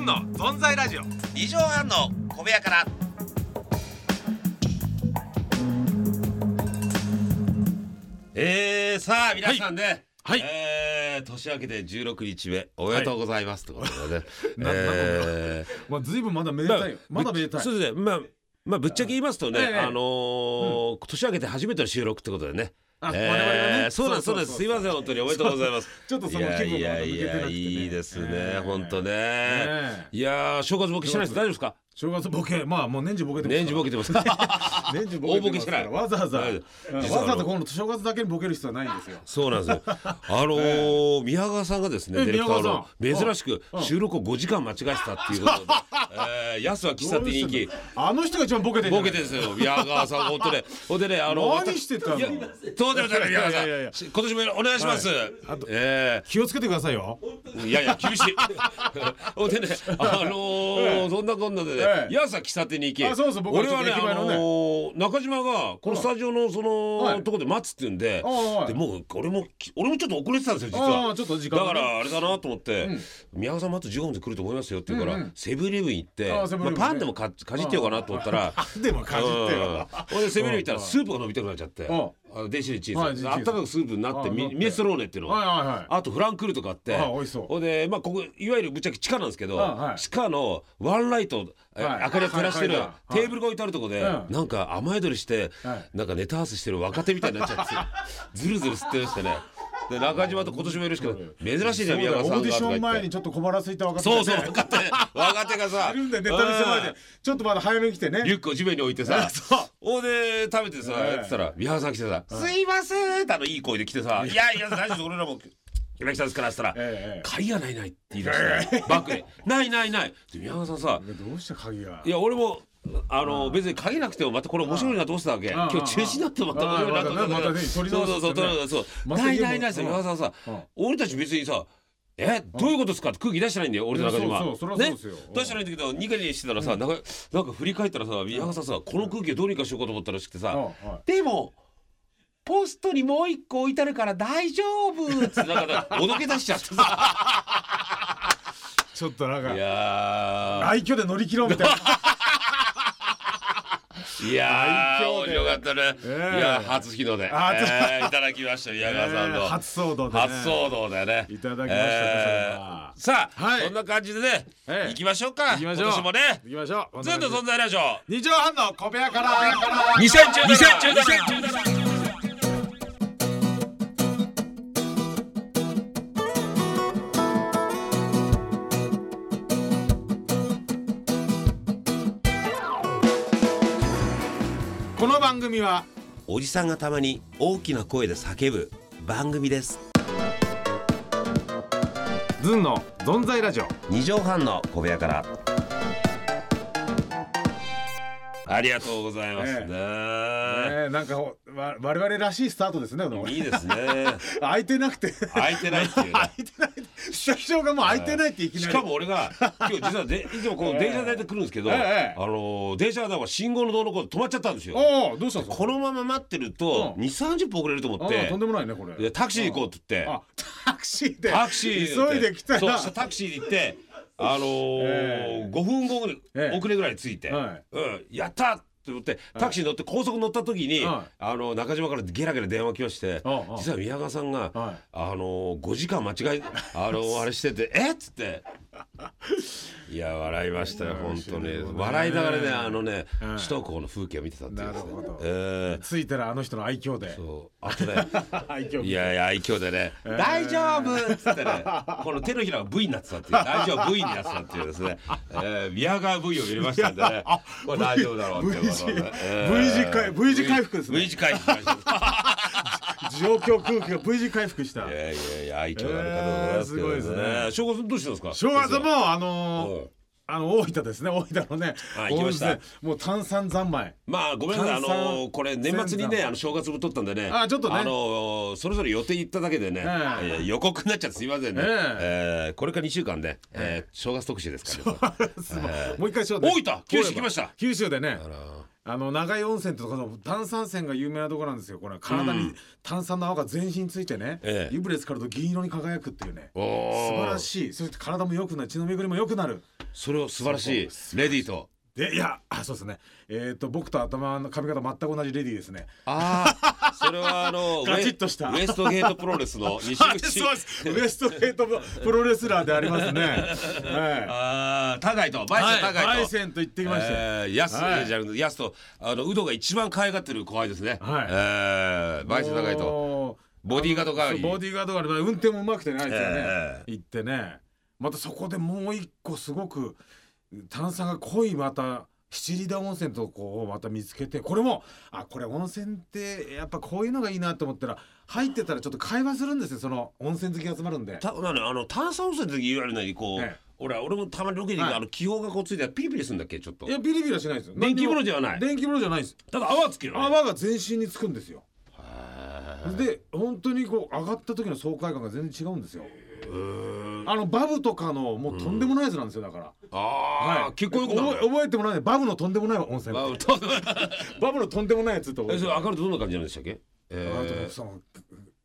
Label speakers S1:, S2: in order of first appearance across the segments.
S1: の存在ラジオ
S2: 二畳半の小部屋からえー、さあ皆さんね、
S1: はいはい
S2: えー年明けて16日目おめでとうございますってことでね、
S3: な
S2: えー
S3: まあ随分まだめでたいよ。まだめでたい。
S2: そうですねまあまあぶっちゃけ言いますとね、
S3: ええ
S2: あのー年明けて初めての収録ってことでね
S3: あ
S2: えー
S3: 我々はね
S2: そうなんですそうなんですすいません本当におめでとうございます
S3: ちょっと
S2: い
S3: その気分がま
S2: や
S3: だ抜け
S2: い
S3: てな
S2: や
S3: くてね。
S2: いやいいですね、
S3: ええ
S2: 本当ね、
S3: ええ
S2: いやー正月ボケしてないです大丈夫ですか
S3: 正月ボケまあもう年中ボケてますから
S2: 年中ボケてます
S3: 年中ボ
S2: 大
S3: ケてますから
S2: ボケしてない
S3: わざわざ、
S2: はい
S3: うんわ
S2: 実はあの
S3: ざわざこの正月だけにボケる必要はないんですよ。
S2: そうなんですよ。あのー宮川さんがですね、
S3: え
S2: ディレクターの
S3: 宮川さ
S2: 珍
S3: ん
S2: しく収録を5時間間違えてたっていうこと で、えー、安は喫茶店人気。
S3: あの人が一番ボケてんじゃ
S2: ボ
S3: な
S2: ケ
S3: い
S2: てるんですよ宮川さん本当ねほんでねあの
S3: 何してたの
S2: いやどうでもない宮川さん
S3: いやいやいや
S2: 今年もお願いします、え
S3: 気をつけてくださいよ。
S2: ーいやいや厳 しいほんでねあのーそんなこんなでね
S3: ええ
S2: 安は喫茶店に行き
S3: あそうそう僕は
S2: 俺はね
S3: ちょっと駅
S2: あ
S3: 前の
S2: の
S3: ね
S2: ー中島がこのスタジオのその、
S3: はい
S2: とこで待つって言うんで
S3: おいおい
S2: でもう俺も俺もちょっと遅れてたんですよ実
S3: あ
S2: は
S3: あちょっと時間
S2: だ
S3: が
S2: か
S3: ね
S2: らあれだなと思って、宮川さんもあと15分で来ると思いますよって言うから、
S3: うんうん
S2: セブンイレブン行って
S3: ああセブンイレブンね
S2: まあ、パンでもかかじってようかなと思った ら。
S3: でもかじってよ。
S2: うん俺セブンイレブン行ったらスープが飲みたくなっちゃって
S3: ん
S2: あの電子レンジチ
S3: は
S2: ー
S3: いチ
S2: ズ
S3: ーズ
S2: あったかくスープになって
S3: あ
S2: ミ
S3: なって
S2: ミネストローネっていうのが
S3: はいはいはい
S2: あとフランクフルトがあって
S3: あ美味しそう
S2: ほんでまあここいわゆるぶっちゃけ地下なんですけど
S3: あはい
S2: 地下のワンライトえ
S3: はい
S2: 明かりを照らしてる
S3: はいはいはい
S2: テーブルが置いてあるとこで
S3: うん
S2: なんか雨宿りして
S3: はい
S2: なんかネタ合わせしてる若手みたいになっちゃって ずるずる吸ってましてねで中島と今年もよろしく珍しいじゃん宮川
S3: そう
S2: さんが
S3: だよオー
S2: と
S3: ディシ
S2: か
S3: ョン
S2: 言っ
S3: 前
S2: て
S3: にちょっと小腹空いた若手が
S2: そ
S3: ね
S2: うそう若手 若手がさ
S3: いるんだよネタ見せ前
S2: うん
S3: でちょっとまだ早めに来てね
S2: リュックを地面に置いて さ、おで食べてさ、
S3: ええ
S2: やってたら、美原さん来てさ、すいませんってあのいい声で来てさ、いやいや、大丈夫です、俺らも、今来たんですから、したら、
S3: ええええ
S2: 鍵がないないって言い出して、バックで、ないないない。で、美原さんさ、
S3: どうした鍵が
S2: いや、俺も、あの別に鍵なくてもまたこれ面白いなと思ってたわけ今
S3: あ
S2: 日中止になってまた面白いなと思ってた
S3: あまたねまたね取り
S2: そ
S3: 直
S2: う
S3: す
S2: そうそう
S3: って
S2: 取
S3: ね
S2: り直すそう
S3: また
S2: な
S3: 家
S2: い
S3: も
S2: ないないさ
S3: うん
S2: 岩沢さん
S3: うん
S2: さ俺たち別にさえどういうことですかって空気出してないんだよ俺と中島
S3: いやそうそうそりゃそうですようん
S2: 出してないんだけどニカニカしてたらさなんかなんか振り返ったらさ宮川さんさこの空気をどうにかしようかと思ったらしくて
S3: うん
S2: さ
S3: はい
S2: でもポストにもう一個置いてあるから大丈夫ってなんかおどけ出しちゃってさ
S3: ちょっとなんか
S2: いやー
S3: 愛嬌で乗り切ろうみたいな
S2: いやー、
S3: 愛嬌
S2: 面
S3: で
S2: 白かったね。
S3: ええ
S2: いやー、初日の出。え
S3: 初
S2: ーいただきました、宮川さん
S3: え
S2: の。
S3: ー初騒動でね
S2: 初騒動だよね。
S3: いただきましたね
S2: えーさあ、
S3: はい
S2: そんな感じでね、
S3: ええ
S2: 行きましょうか。
S3: 行きましょう
S2: 今年もね、
S3: 行きましょう
S2: ずっと存在ラジオ。
S3: 二畳半の小部屋から
S2: 2017。
S3: この番組は
S2: おじさんがたまに大きな声で叫ぶ番組です。
S3: ズンの存在ラジオ
S2: 二畳半の小部屋から。ありがとうございますね。
S3: ええー、なんかほわ我々らしいスタートですねこれ
S2: いい ですね。
S3: 開いてなくて
S2: 空いてないっていう、ね。
S3: 開いてないスタジオがもう開いてないっていきなり
S2: しかも俺が今日実はでいつもこう電車で大体来るんですけど、
S3: ええ
S2: あのー電車がなんか信号のどうのこうの止まっちゃったんですよ。
S3: おおどうしたんですか
S2: このまま待ってると
S3: う
S2: 2、30分遅れると思っ
S3: あー
S2: て
S3: とんでもないねこれ
S2: でタクシー行こうって言って
S3: あタクシーで
S2: タクシー
S3: 急いで来たら
S2: そうそしたらタクシーで行ってあのー
S3: え
S2: 5分後ぐらい、
S3: ええ
S2: 遅れぐらい着いて、
S3: はい
S2: うん、やったって思ってタクシーに乗って高速乗った時に、
S3: はい
S2: あの中島からゲラゲラ電話来まして
S3: ああ
S2: 実は宮川さんが、
S3: はい
S2: あの5時間間違いあ のあれしてて「えっ?」つって。いや笑いましたよ本当に笑いながらねあのね首都高の風景を見てたっていうですね
S3: なるほど
S2: えー
S3: ついたらあの人の愛嬌で
S2: そうあとね
S3: 愛嬌
S2: いやいや愛嬌でね「大丈夫!」っつってねこの手のひらが V になって たっていう大丈夫 V になってたっていうですね、えー、宮川 V を入れましたんで ねこれ大丈夫だろうっていうことで
S3: V 字 V 字回 V 字回復ですね
S2: V 字回復しました
S3: 状況空気が V 字回復した
S2: いやいやいや愛嬌のある方でございますけど、ね
S3: えーすご いですね
S2: 正吾さんどうしたんですか
S3: 正月
S2: う
S3: もあのー
S2: ん
S3: あの大分ですね大分のね
S2: あ行きました
S3: 温泉もう炭酸三昧
S2: まあごめんなさいあ
S3: 炭
S2: の
S3: 酸
S2: ーこれ年末に
S3: 洗
S2: ね
S3: 剤
S2: あの正月も撮ったんでね
S3: あちょっとね
S2: あのーそれぞれ予定行っただけでね、
S3: ええ
S2: いや予告になっちゃってすいませんね、
S3: え
S2: えーこれから2週間で、えー正月特集ですから、ね、
S3: すごいもう一回しよう
S2: 大分九州来ました
S3: 九州でねあの長井温泉ってとこの炭酸泉が有名なとこなんですよこれ体
S2: う
S3: に
S2: ん
S3: 炭酸の泡が全身についてね、
S2: ええ
S3: 湯船浸かると銀色に輝くっていうね
S2: お
S3: 素晴ら
S2: い
S3: しいそして体も良くなる血の巡りも良くなる
S2: それを素晴らしいレディーと
S3: でいやあそうですねえっ、と僕と頭の髪型全く同じレディーですね
S2: ああそれはあの
S3: ガチッとした
S2: ウエウエストゲートプロレス の西
S3: あれ
S2: 口
S3: そうですウエストゲートプロレスラーでありますねは
S2: ああ高いと
S3: い
S2: バイセン高いと、
S3: はいセンと言ってきましたよ、
S2: えー、ヤス、
S3: はい
S2: じゃなくてヤスとあのウドが一番可愛がってる後輩ですね。
S3: はい
S2: えー、バイス高いと
S3: と
S2: ボディーガード代わり
S3: ボディーガード代わり運転もうまくてねあいつがね、
S2: え
S3: 行ってねまたそこでもう一個すごく炭酸が濃いまた七里田温泉とこをまた見つけてこれもあこれ温泉ってやっぱこういうのがいいなと思ったら入ってたらちょっと会話するんですよその温泉好きが集まるんで
S2: たなのあの炭酸温泉の時言われるのにこう、
S3: ええ
S2: 俺は俺もたまにロケに行く、
S3: はい
S2: あの気泡がこうついてピリピリするんだっけちょっと
S3: い。やビリビリはしないですよ
S2: 電気風呂
S3: じ
S2: じゃない。
S3: 電気風呂じゃないです
S2: ただ泡つけるのね。
S3: 泡が全身につくんですよ
S2: へー
S3: で本当にこう上がった時の爽快感が全然違うんですよ
S2: うーん
S3: あのバブとかのもうとんでもないやつなんですよだから
S2: あー、
S3: はい
S2: 結構よくな
S3: 覚え
S2: る。
S3: 覚えてもらえないバブのとんでもない温泉
S2: あ
S3: バ
S2: と
S3: ブのとんでもないやつと覚
S2: え
S3: え
S2: そ
S3: て
S2: れ明るとどんな感じなんでしたっけ？
S3: あと
S2: え
S3: 奥さんは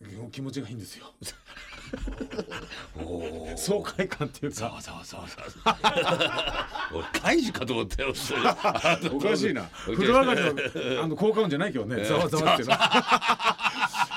S3: 基本気持ちがいいんですよ
S2: ー、おー
S3: 爽快感っていう
S2: そ
S3: か
S2: うそうそうそう。俺怪獣かと思ったよ。それ あの
S3: おかしいな
S2: おかしい
S3: 風呂上がりのあの効果音じゃないけどねざわざわって な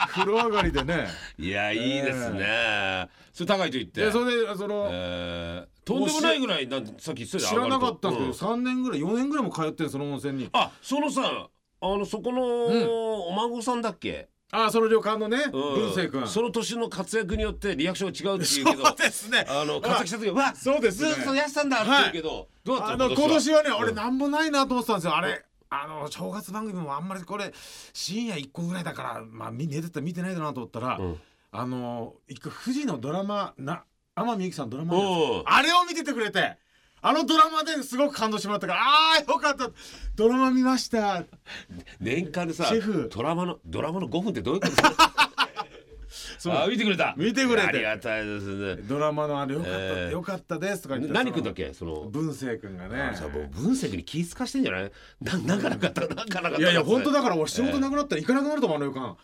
S3: 風呂上がりでね
S2: いやいいですね。それ高いと言って。
S3: でそれでその
S2: えーとんでもないぐらいなんてさっき言ってたよ
S3: 知らなかったんですけど、
S2: 上がると
S3: 3年ぐらい4年ぐらいも通ってんその温泉に
S2: うんあそのさあのそこの、
S3: うん
S2: お孫さんだっけ、
S3: ああその旅館のね
S2: うん
S3: 文星君
S2: その年の活躍によってリアクションが違うっていうけど
S3: すね
S2: あの活躍した時は「わっ
S3: そうです
S2: ず
S3: ね
S2: っとやってたんだ」って言うけど、どうだった
S3: あの今年はね俺
S2: うん
S3: なんもないなと思ってたんですよあれあの正月番組もあんまりこれ深夜1個ぐらいだからまあ見寝てたら見てないだなと思ったら、
S2: うん
S3: あの一回富士のドラマな天海祐希さんのドラマあるじゃないです
S2: おう
S3: かあれを見ててくれてあのドラマですごく感動してもらったからああよかったドラマ見ました
S2: 年間でさ
S3: シェフ
S2: ドラマのドラマの5分ってどういうことですか
S3: そう
S2: あ見てくれた
S3: 見てくれて
S2: ありがたいですね
S3: ドラマのあれよかった、
S2: えー
S3: よかったですとか言って
S2: 何くんだっ
S3: け
S2: けその
S3: 文星君がね
S2: あさもう分析に気ぃ付かしてんじゃないななんかなかったなんかなかった
S3: いやいや本当だから俺仕
S2: え
S3: 事なくなったら行かなくなると思うあの予感は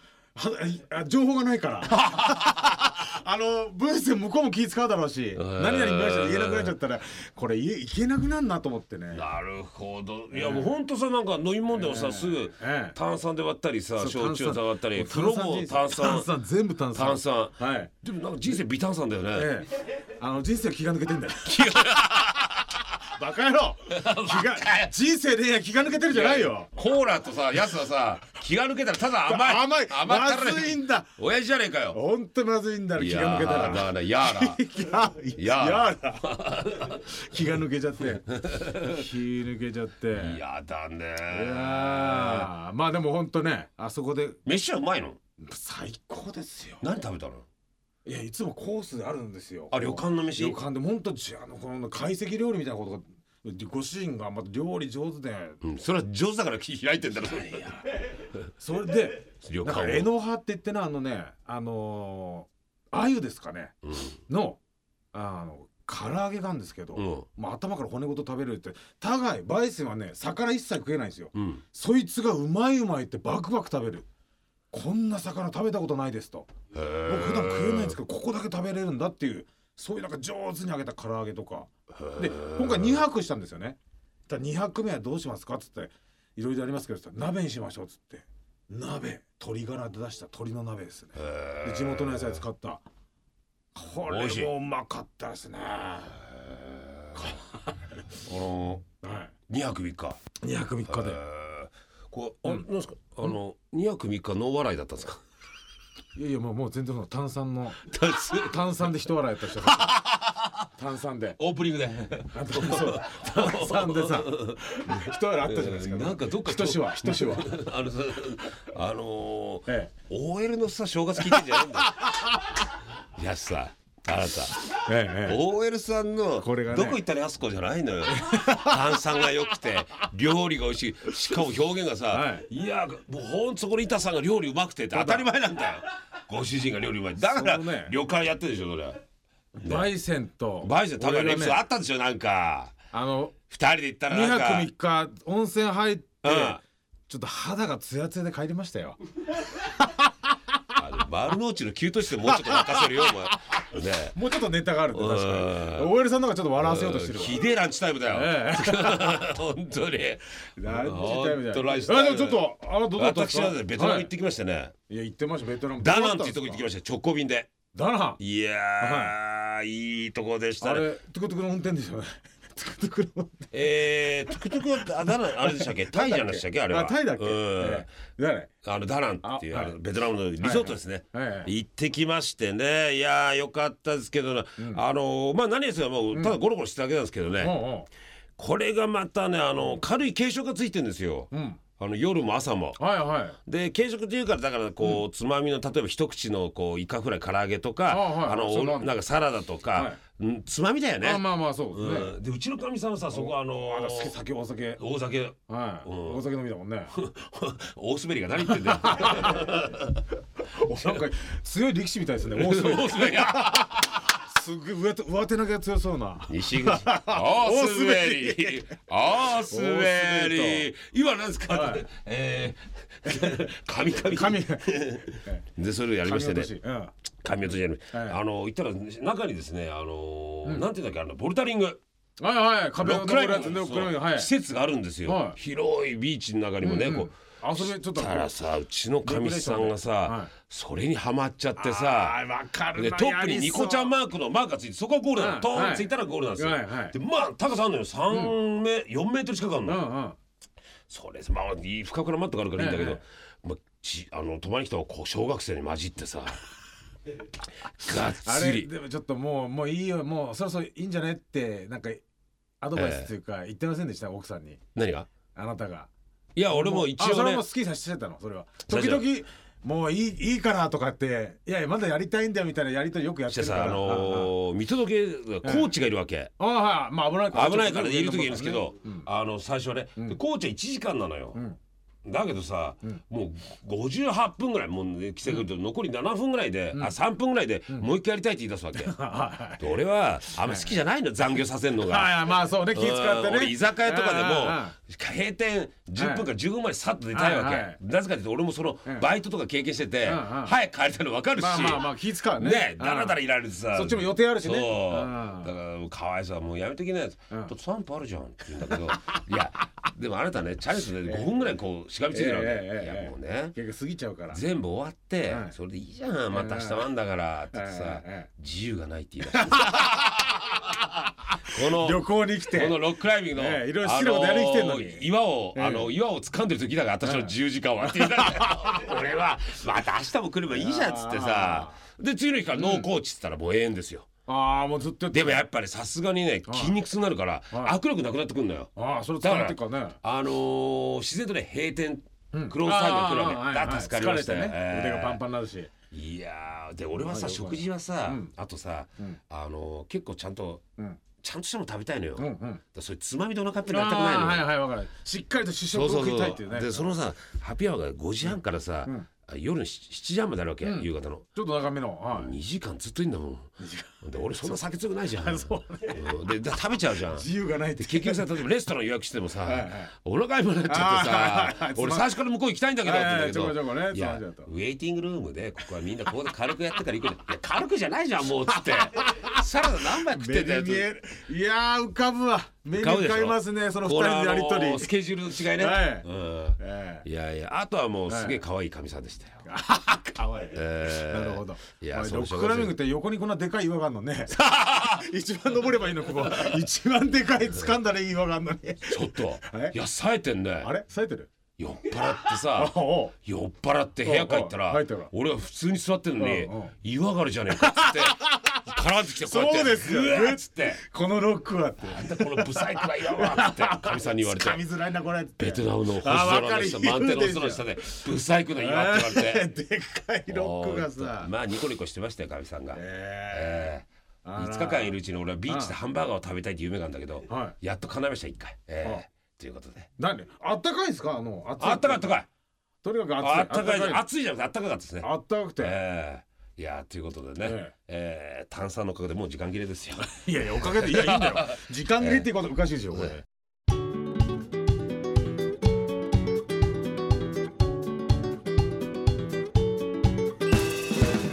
S3: あ情報がないから あの文政向こうも気使うだろうし
S2: ー
S3: 何々に関して言えなくなっちゃったらこれ家行けなくなんなと思ってね
S2: なるほどいやもう本当さなんか飲み物でもさすぐ
S3: ええ
S2: 炭酸で割ったりさ焼酎で割ったり風
S3: 炭
S2: 呂
S3: 酸
S2: も
S3: 人生
S2: 炭酸
S3: 炭酸全部炭酸
S2: 炭酸
S3: はい
S2: でもなんか人生微炭酸だよね
S3: ええあの人生は気が抜けてんだよ バカ 野郎気が人生でいや気が抜けてるじゃないよ
S2: コーラとさやつはさ気が抜けたらただ甘い
S3: 甘い
S2: 甘った
S3: まずいんだ
S2: 親父じゃねえかよ
S3: ほんとまずいんだよ
S2: い
S3: 気
S2: や
S3: が抜けた
S2: ーだ
S3: ら
S2: からやー
S3: いやいや
S2: や
S3: だ気が抜けちゃって気抜けちゃってい
S2: らやだね
S3: やーまあでもほんとねあそこで
S2: 飯はうまいの
S3: 最高ですよ
S2: 何食べたの
S3: いやいつもコースであるんですよ
S2: あ旅館の飯
S3: 旅館でほんとじあのこの懐石料理みたいなことがご主人がまた料理上手で
S2: うんそれは上手だから切り開いてんだろ
S3: それで
S2: 旅
S3: なん
S2: 館
S3: か
S2: を
S3: 柄の葉って言ってなあのねあのー、鮎ですかね
S2: うん
S3: のあの唐揚げがあるんですけど、
S2: うん
S3: まあ、頭から骨ごと食べれるって高いバイセンはね魚一切食えないんですよ
S2: うん
S3: そいつがうまいうまいってバクバク食べるこんな魚食べたことないですと
S2: へー
S3: 僕普段食えないんですけどここだけ食べれるんだっていうそういうなんか上手に揚げた唐揚げとかで今回2泊したんですよねだ2泊目はどうしますかっつっていろいろありますけどつったら鍋にしましょうっつって鍋鶏ガラで出した鶏の鍋ですねで地元の野菜使ったこ
S2: 美
S3: れ
S2: 味しい
S3: もうまかったですねは
S2: あの二泊三日。
S3: い2泊3日で
S2: えーこうあ、なんですかあの二泊三日ノー笑いだったんですか。
S3: いやいやもうもう全然その炭酸の
S2: だつ
S3: 炭酸で一笑いやった人だ炭酸で
S2: オープニングで。
S3: あとそう炭酸でさ一笑いあったじゃないですか、
S2: なんかどっか
S3: ひとしわひとしわ
S2: あのさあのー、
S3: え
S2: OL のさ正月聞いてんじゃないん だよ。いやさあなた
S3: ええ
S2: OL さんの
S3: これがね
S2: どこ行ったらあそこじゃないのよ。炭酸が良くて料理が美味しい。しかも表現がさ、、
S3: はい
S2: やもうほんとそこにいたさんが料理うまくてって当たり前なんだよ。ご主人が料理うまい。だから、
S3: そのね
S2: 旅館やってるでしょそれ。
S3: バイセンと
S2: バイジで高いのエピソードあ
S3: あ
S2: ったんでしょなんか
S3: あの
S2: 二人で行ったら
S3: 2
S2: なん
S3: 泊
S2: か
S3: 3日温泉入って
S2: うん
S3: ちょっと肌がツヤツヤで帰りましたよ。
S2: あの丸の内のキュートしてもうちょっと泣かせるよお前ねえ
S3: もうちょっとネタがあるんで確か
S2: う
S3: に。
S2: ん
S3: OL さんの方がちょっと笑わせようとしてるわ。
S2: ひでえランチタイムだよ、
S3: え
S2: 本当に
S3: えランチタイムじ
S2: ほん
S3: ゃ
S2: とラン
S3: ない。あ
S2: チタイム
S3: でもちょっとあどうだったんです
S2: 私
S3: か。
S2: はねベトナム行って
S3: は
S2: きましたね、
S3: い。いや行ってましたベトナム。
S2: ダナンっていうとこ行ってきま
S3: し
S2: した直行便で
S3: た。ダナン。
S2: いやー、い、いとこでした
S3: あ
S2: ね
S3: れトゥク トゥクの運転ですよね。トゥクトゥクの運転。
S2: えー、トゥクトゥクはあダナンあれでしたっけタイじゃないでしたっけあれは
S3: タイだっけ。
S2: うん
S3: ええ誰。
S2: あのダナンっていう
S3: あ
S2: あ
S3: はい
S2: のベトナムのリゾートですね、
S3: ええ
S2: 行ってきましてねいやーよかったですけどね、あのーまあ何ですよもうただゴロゴロしてただけなんですけどね、
S3: う
S2: これがまたねあの軽い軽食がついてるんですよ、
S3: んうん。うん。
S2: あの夜も朝も。
S3: はいはい。
S2: で軽食っていうからだからこう、つまみの例えば一口のこうイカフライ唐揚げと
S3: あ
S2: か
S3: はい
S2: あの
S3: そう
S2: お
S3: なんだ
S2: なんかサラダと
S3: は
S2: か、うんつまみだよね。
S3: あまあまあそうですね。
S2: うん、でうちのかみさんはさそこあの
S3: あ好き酒お 酒。
S2: 大酒
S3: はい。
S2: うん
S3: お酒飲みだも んね。
S2: 大滑りが何言ってんだよ。
S3: なんか強い力士みたいで すね。面白い。
S2: 大滑りが
S3: すぐ上手上手投げが強そうな。
S2: 西口 大滑り大滑り今なんですか、
S3: はい
S2: えー、 神々
S3: 神。
S2: でそれをやりましてね
S3: 神落としうん
S2: 神落としやりました、
S3: はい
S2: あの行ったら中にですねあのーなんていうんだっけあのボルタリング
S3: はいはい、壁を
S2: ロックライ
S3: 登る
S2: ブ
S3: や
S2: の
S3: つね、ロック
S2: そ
S3: ライブ
S2: う
S3: はい。
S2: 施設があるんですよ、
S3: はい
S2: 広いビーチの中にもね、
S3: うんうん
S2: こう
S3: 遊びちょっと。
S2: たらさうちのかみさんがさ、
S3: はい
S2: それにはまっちゃって
S3: あ
S2: さ
S3: ー、わかる
S2: で
S3: な。
S2: トップにニコちゃん
S3: も。
S2: マークのマークがついてそこはゴールなの、
S3: うん
S2: トー
S3: は
S2: ン
S3: い
S2: ついたらゴールなんですよ、
S3: はいはい
S2: でまあ高さあるのよ3メ、4メートル近くある
S3: う
S2: の、
S3: んうん。
S2: それまあいい深くなマットがあるからいいんだけど、
S3: え
S2: まあ、じあの泊まりに来たこう小学生に混じって さがっ
S3: あ
S2: つ
S3: れ、
S2: り
S3: でもちょっともう、もういいよ、もうそろそろいいんじゃねって、なんか。アドバイスというか、言ってませんでした、奥さんに。
S2: 何が
S3: あなたが。
S2: いや俺も一
S3: あそ
S2: 応
S3: れ
S2: ね
S3: も好きさせてたの、それは。
S2: そう
S3: 時
S2: じゃん
S3: 々。もういいいいからとかっていやいやまだやりたいんだよみたいなやりとりよくやっ
S2: してて
S3: るから
S2: さあのー見届けコーチがいるわけ、
S3: ああはいまあ危ないから
S2: 危ないからいる時いるんですけど、
S3: うん
S2: あの最初はね、
S3: うん
S2: でコーチは1時間なのよ、
S3: うん
S2: だけどさ、
S3: うん
S2: もう58分ぐらいもう、ね、来てくると残り7分ぐらいで、
S3: うん
S2: あ3分ぐらいで、
S3: ん
S2: もう一回やりたいって言い出すわけ
S3: はいはい
S2: で俺はあんま好きじゃないの残業させんのが。
S3: はいはいまあそうね気使って
S2: うん
S3: ね
S2: 俺居酒屋とかで
S3: うんうんうん
S2: も閉店10分か15分までさっと出たいわけ、
S3: はいはい
S2: なぜかというと俺もその
S3: うん
S2: バイトとか経験してて、
S3: うんうん
S2: 早く帰りたいの分かるし、
S3: まあまあまあ気使うね
S2: ねだらだら
S3: うん
S2: いられてさ
S3: そっちも予定あるしね
S2: そう
S3: うん
S2: だからかわいそうもうやめときなよち
S3: う
S2: ょ
S3: ん
S2: っと3分あるじゃんって言うんだ けどいやでもあなたねチャレンジで5分ぐらいこうしがみついてるわけ、
S3: ええええええ
S2: いやもうね
S3: 結局過ぎちゃうから
S2: 全部終わって、
S3: はい
S2: それでいいじゃんまた明日もあんだからって言ってさ、
S3: ええええ
S2: 自由がないって言い 出してこの
S3: 旅行に来て
S2: このロックライミングの、
S3: ええいろいろ好きなことやりに来てんのに
S2: あ岩を、
S3: ええ
S2: あの岩を掴んでる時だから私の自由時間は、って言ったら 俺はまた明日も来ればいいじゃんっつってさで次の日からノーコーチっつったらもうええんですよ、
S3: ああもうずっとやって
S2: でもやっぱりさすがにね
S3: はい
S2: 筋肉痛になるから、
S3: はい
S2: 握力なくなってくんのよ
S3: ああそれ疲れてるからね
S2: あのー自然とね閉店
S3: うん
S2: クローズタイムが来るわけ、
S3: ああはい
S2: だ
S3: はい
S2: から助かりましたよ、
S3: 疲れて
S2: え
S3: ね
S2: え
S3: 腕がパンパンになるし
S2: いやーで俺はさ
S3: うまいよ
S2: 食事はさ、
S3: うん
S2: あとさ、
S3: うん
S2: あのー結構ちゃんと
S3: うん
S2: ちゃんとしたもの食べたいのよ、
S3: うんう
S2: だか
S3: ん
S2: らそれつまみでお腹いっぱいになりたくない
S3: あ
S2: の
S3: あ
S2: よ、
S3: はいはいわかるしっかりと主食
S2: そ
S3: を
S2: うそうそ
S3: 食
S2: う
S3: いたいっていうね
S2: でそのさハッピーアワーが5時半からさ、
S3: うん
S2: あ夜の7時半まであるわけ、
S3: うん
S2: 夕方の
S3: ちょっと長めのはい
S2: 2時間ずっといんだもんで俺そんな酒強くないじゃん、
S3: あ そう
S2: うんでだ食べちゃうじゃん
S3: 自由がないって
S2: で結局さ例えばレストラン予約してもさ
S3: はいはい
S2: お腹いっぱいになっちゃって
S3: あ
S2: さ
S3: ー
S2: 俺
S3: つま
S2: 最初から向こう行きたいんだけどって言うんだけど
S3: はいはいちょこちょこね
S2: いや
S3: つ
S2: ウ
S3: まんじゃうと
S2: ェイティングルームでここはみんなここで軽くやってから行くんだいや軽くじゃないじゃんもうっつって サラダ何杯食ってんだ
S3: 目
S2: よ
S3: に見えるいやー浮かぶわ目に
S2: 浮かぶ
S3: 浮
S2: でしょ
S3: かびますねその二
S2: これ
S3: 人のやりと
S2: あ
S3: り
S2: のスケジュールの違いね、
S3: はい
S2: うん
S3: ええ
S2: いやいやあとはもうすげえ可愛いかみさんでしたよ。
S3: かわいい
S2: えー
S3: なるほど。
S2: いや
S3: まあ
S2: そ
S3: ロ
S2: の
S3: ッククライミングって横にこんなでかい岩があるの ね。一番登ればいいのここ。一番でかい掴んだらいい岩があるのに。
S2: ちょっと
S3: え
S2: いや冴えてんね。
S3: あれ冴えてる？
S2: 酔っ払って
S3: あ
S2: さ
S3: おう
S2: 酔っ払って部屋帰った
S3: う
S2: ら
S3: んうん入ったら
S2: 俺は普通に座ってんのに
S3: うんうん
S2: 岩があるじゃねえかっつって 絡んできてこうやって
S3: そうですよ
S2: うわーっつって
S3: このロックはって。
S2: なんだこのブサイクな岩はっつってかみさんに言われて
S3: 掴みづらいなこれって。
S2: ベトナムの星
S3: あわ
S2: 空
S3: か
S2: の
S3: る
S2: 下満天の星空の下でブサイクな岩って言わ れて
S3: でかいロックがさ。
S2: まあニコニコしてましたよかみさんが。
S3: え
S2: えー
S3: えあら
S2: 5日間いるうちに俺はビーチでハンバーガーを食べたいって夢があるんだけど、
S3: は
S2: やっと叶いました一回。
S3: は
S2: え
S3: い
S2: ー、ということで。
S3: なんであったかいですかあの暑い
S2: あったかいあったかい。
S3: とにかく暑い
S2: あったかい。
S3: あっ
S2: 暑いじゃなくてあったかかったですね。
S3: あったかくて
S2: えー、いやーということでね、え
S3: え
S2: ー炭酸のおかげでもう時間切れです よ。
S3: いやいやおかげでいやい いんだよ時間切れっていうことおかしいですよこれ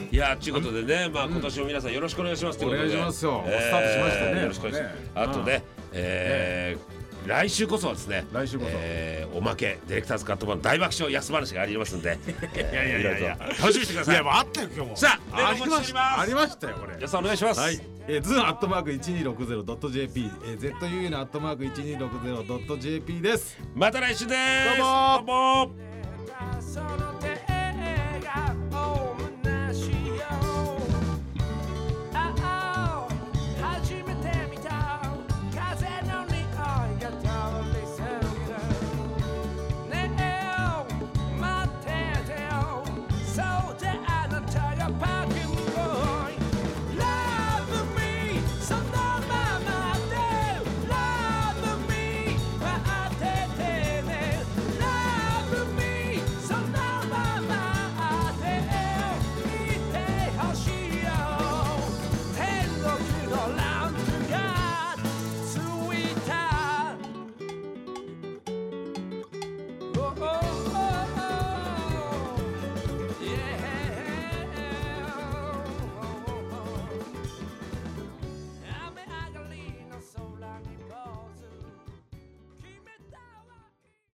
S2: いやちゅうことでね、まあ今年も皆さんよろしくお願いしますということで。
S3: お願いしますよ
S2: えー
S3: スタートしましたね
S2: よろしくお願いします。
S3: もう
S2: あ
S3: ね
S2: とね、えー来週こそはですね。
S3: 来週こそ
S2: えーおまけディレクターズカット版の大爆笑安話がありますんで。えー
S3: いやいやいやいや
S2: ろろと楽しみにしてくだ
S3: い
S2: さ
S3: や
S2: い。
S3: もうあったよ今日も
S2: さあメ
S3: あ
S2: ール
S3: り
S2: お待
S3: ま
S2: ちしており
S3: し
S2: ます
S3: たありましたよこれ
S2: 皆さんお願いします。
S1: はい、えー、ズンアットマーク一二六ゼロドット JP、えー、ZU のアットマーク一二六ゼロドット JP です。
S2: また来週です。
S1: どうも
S2: どうも。
S4: その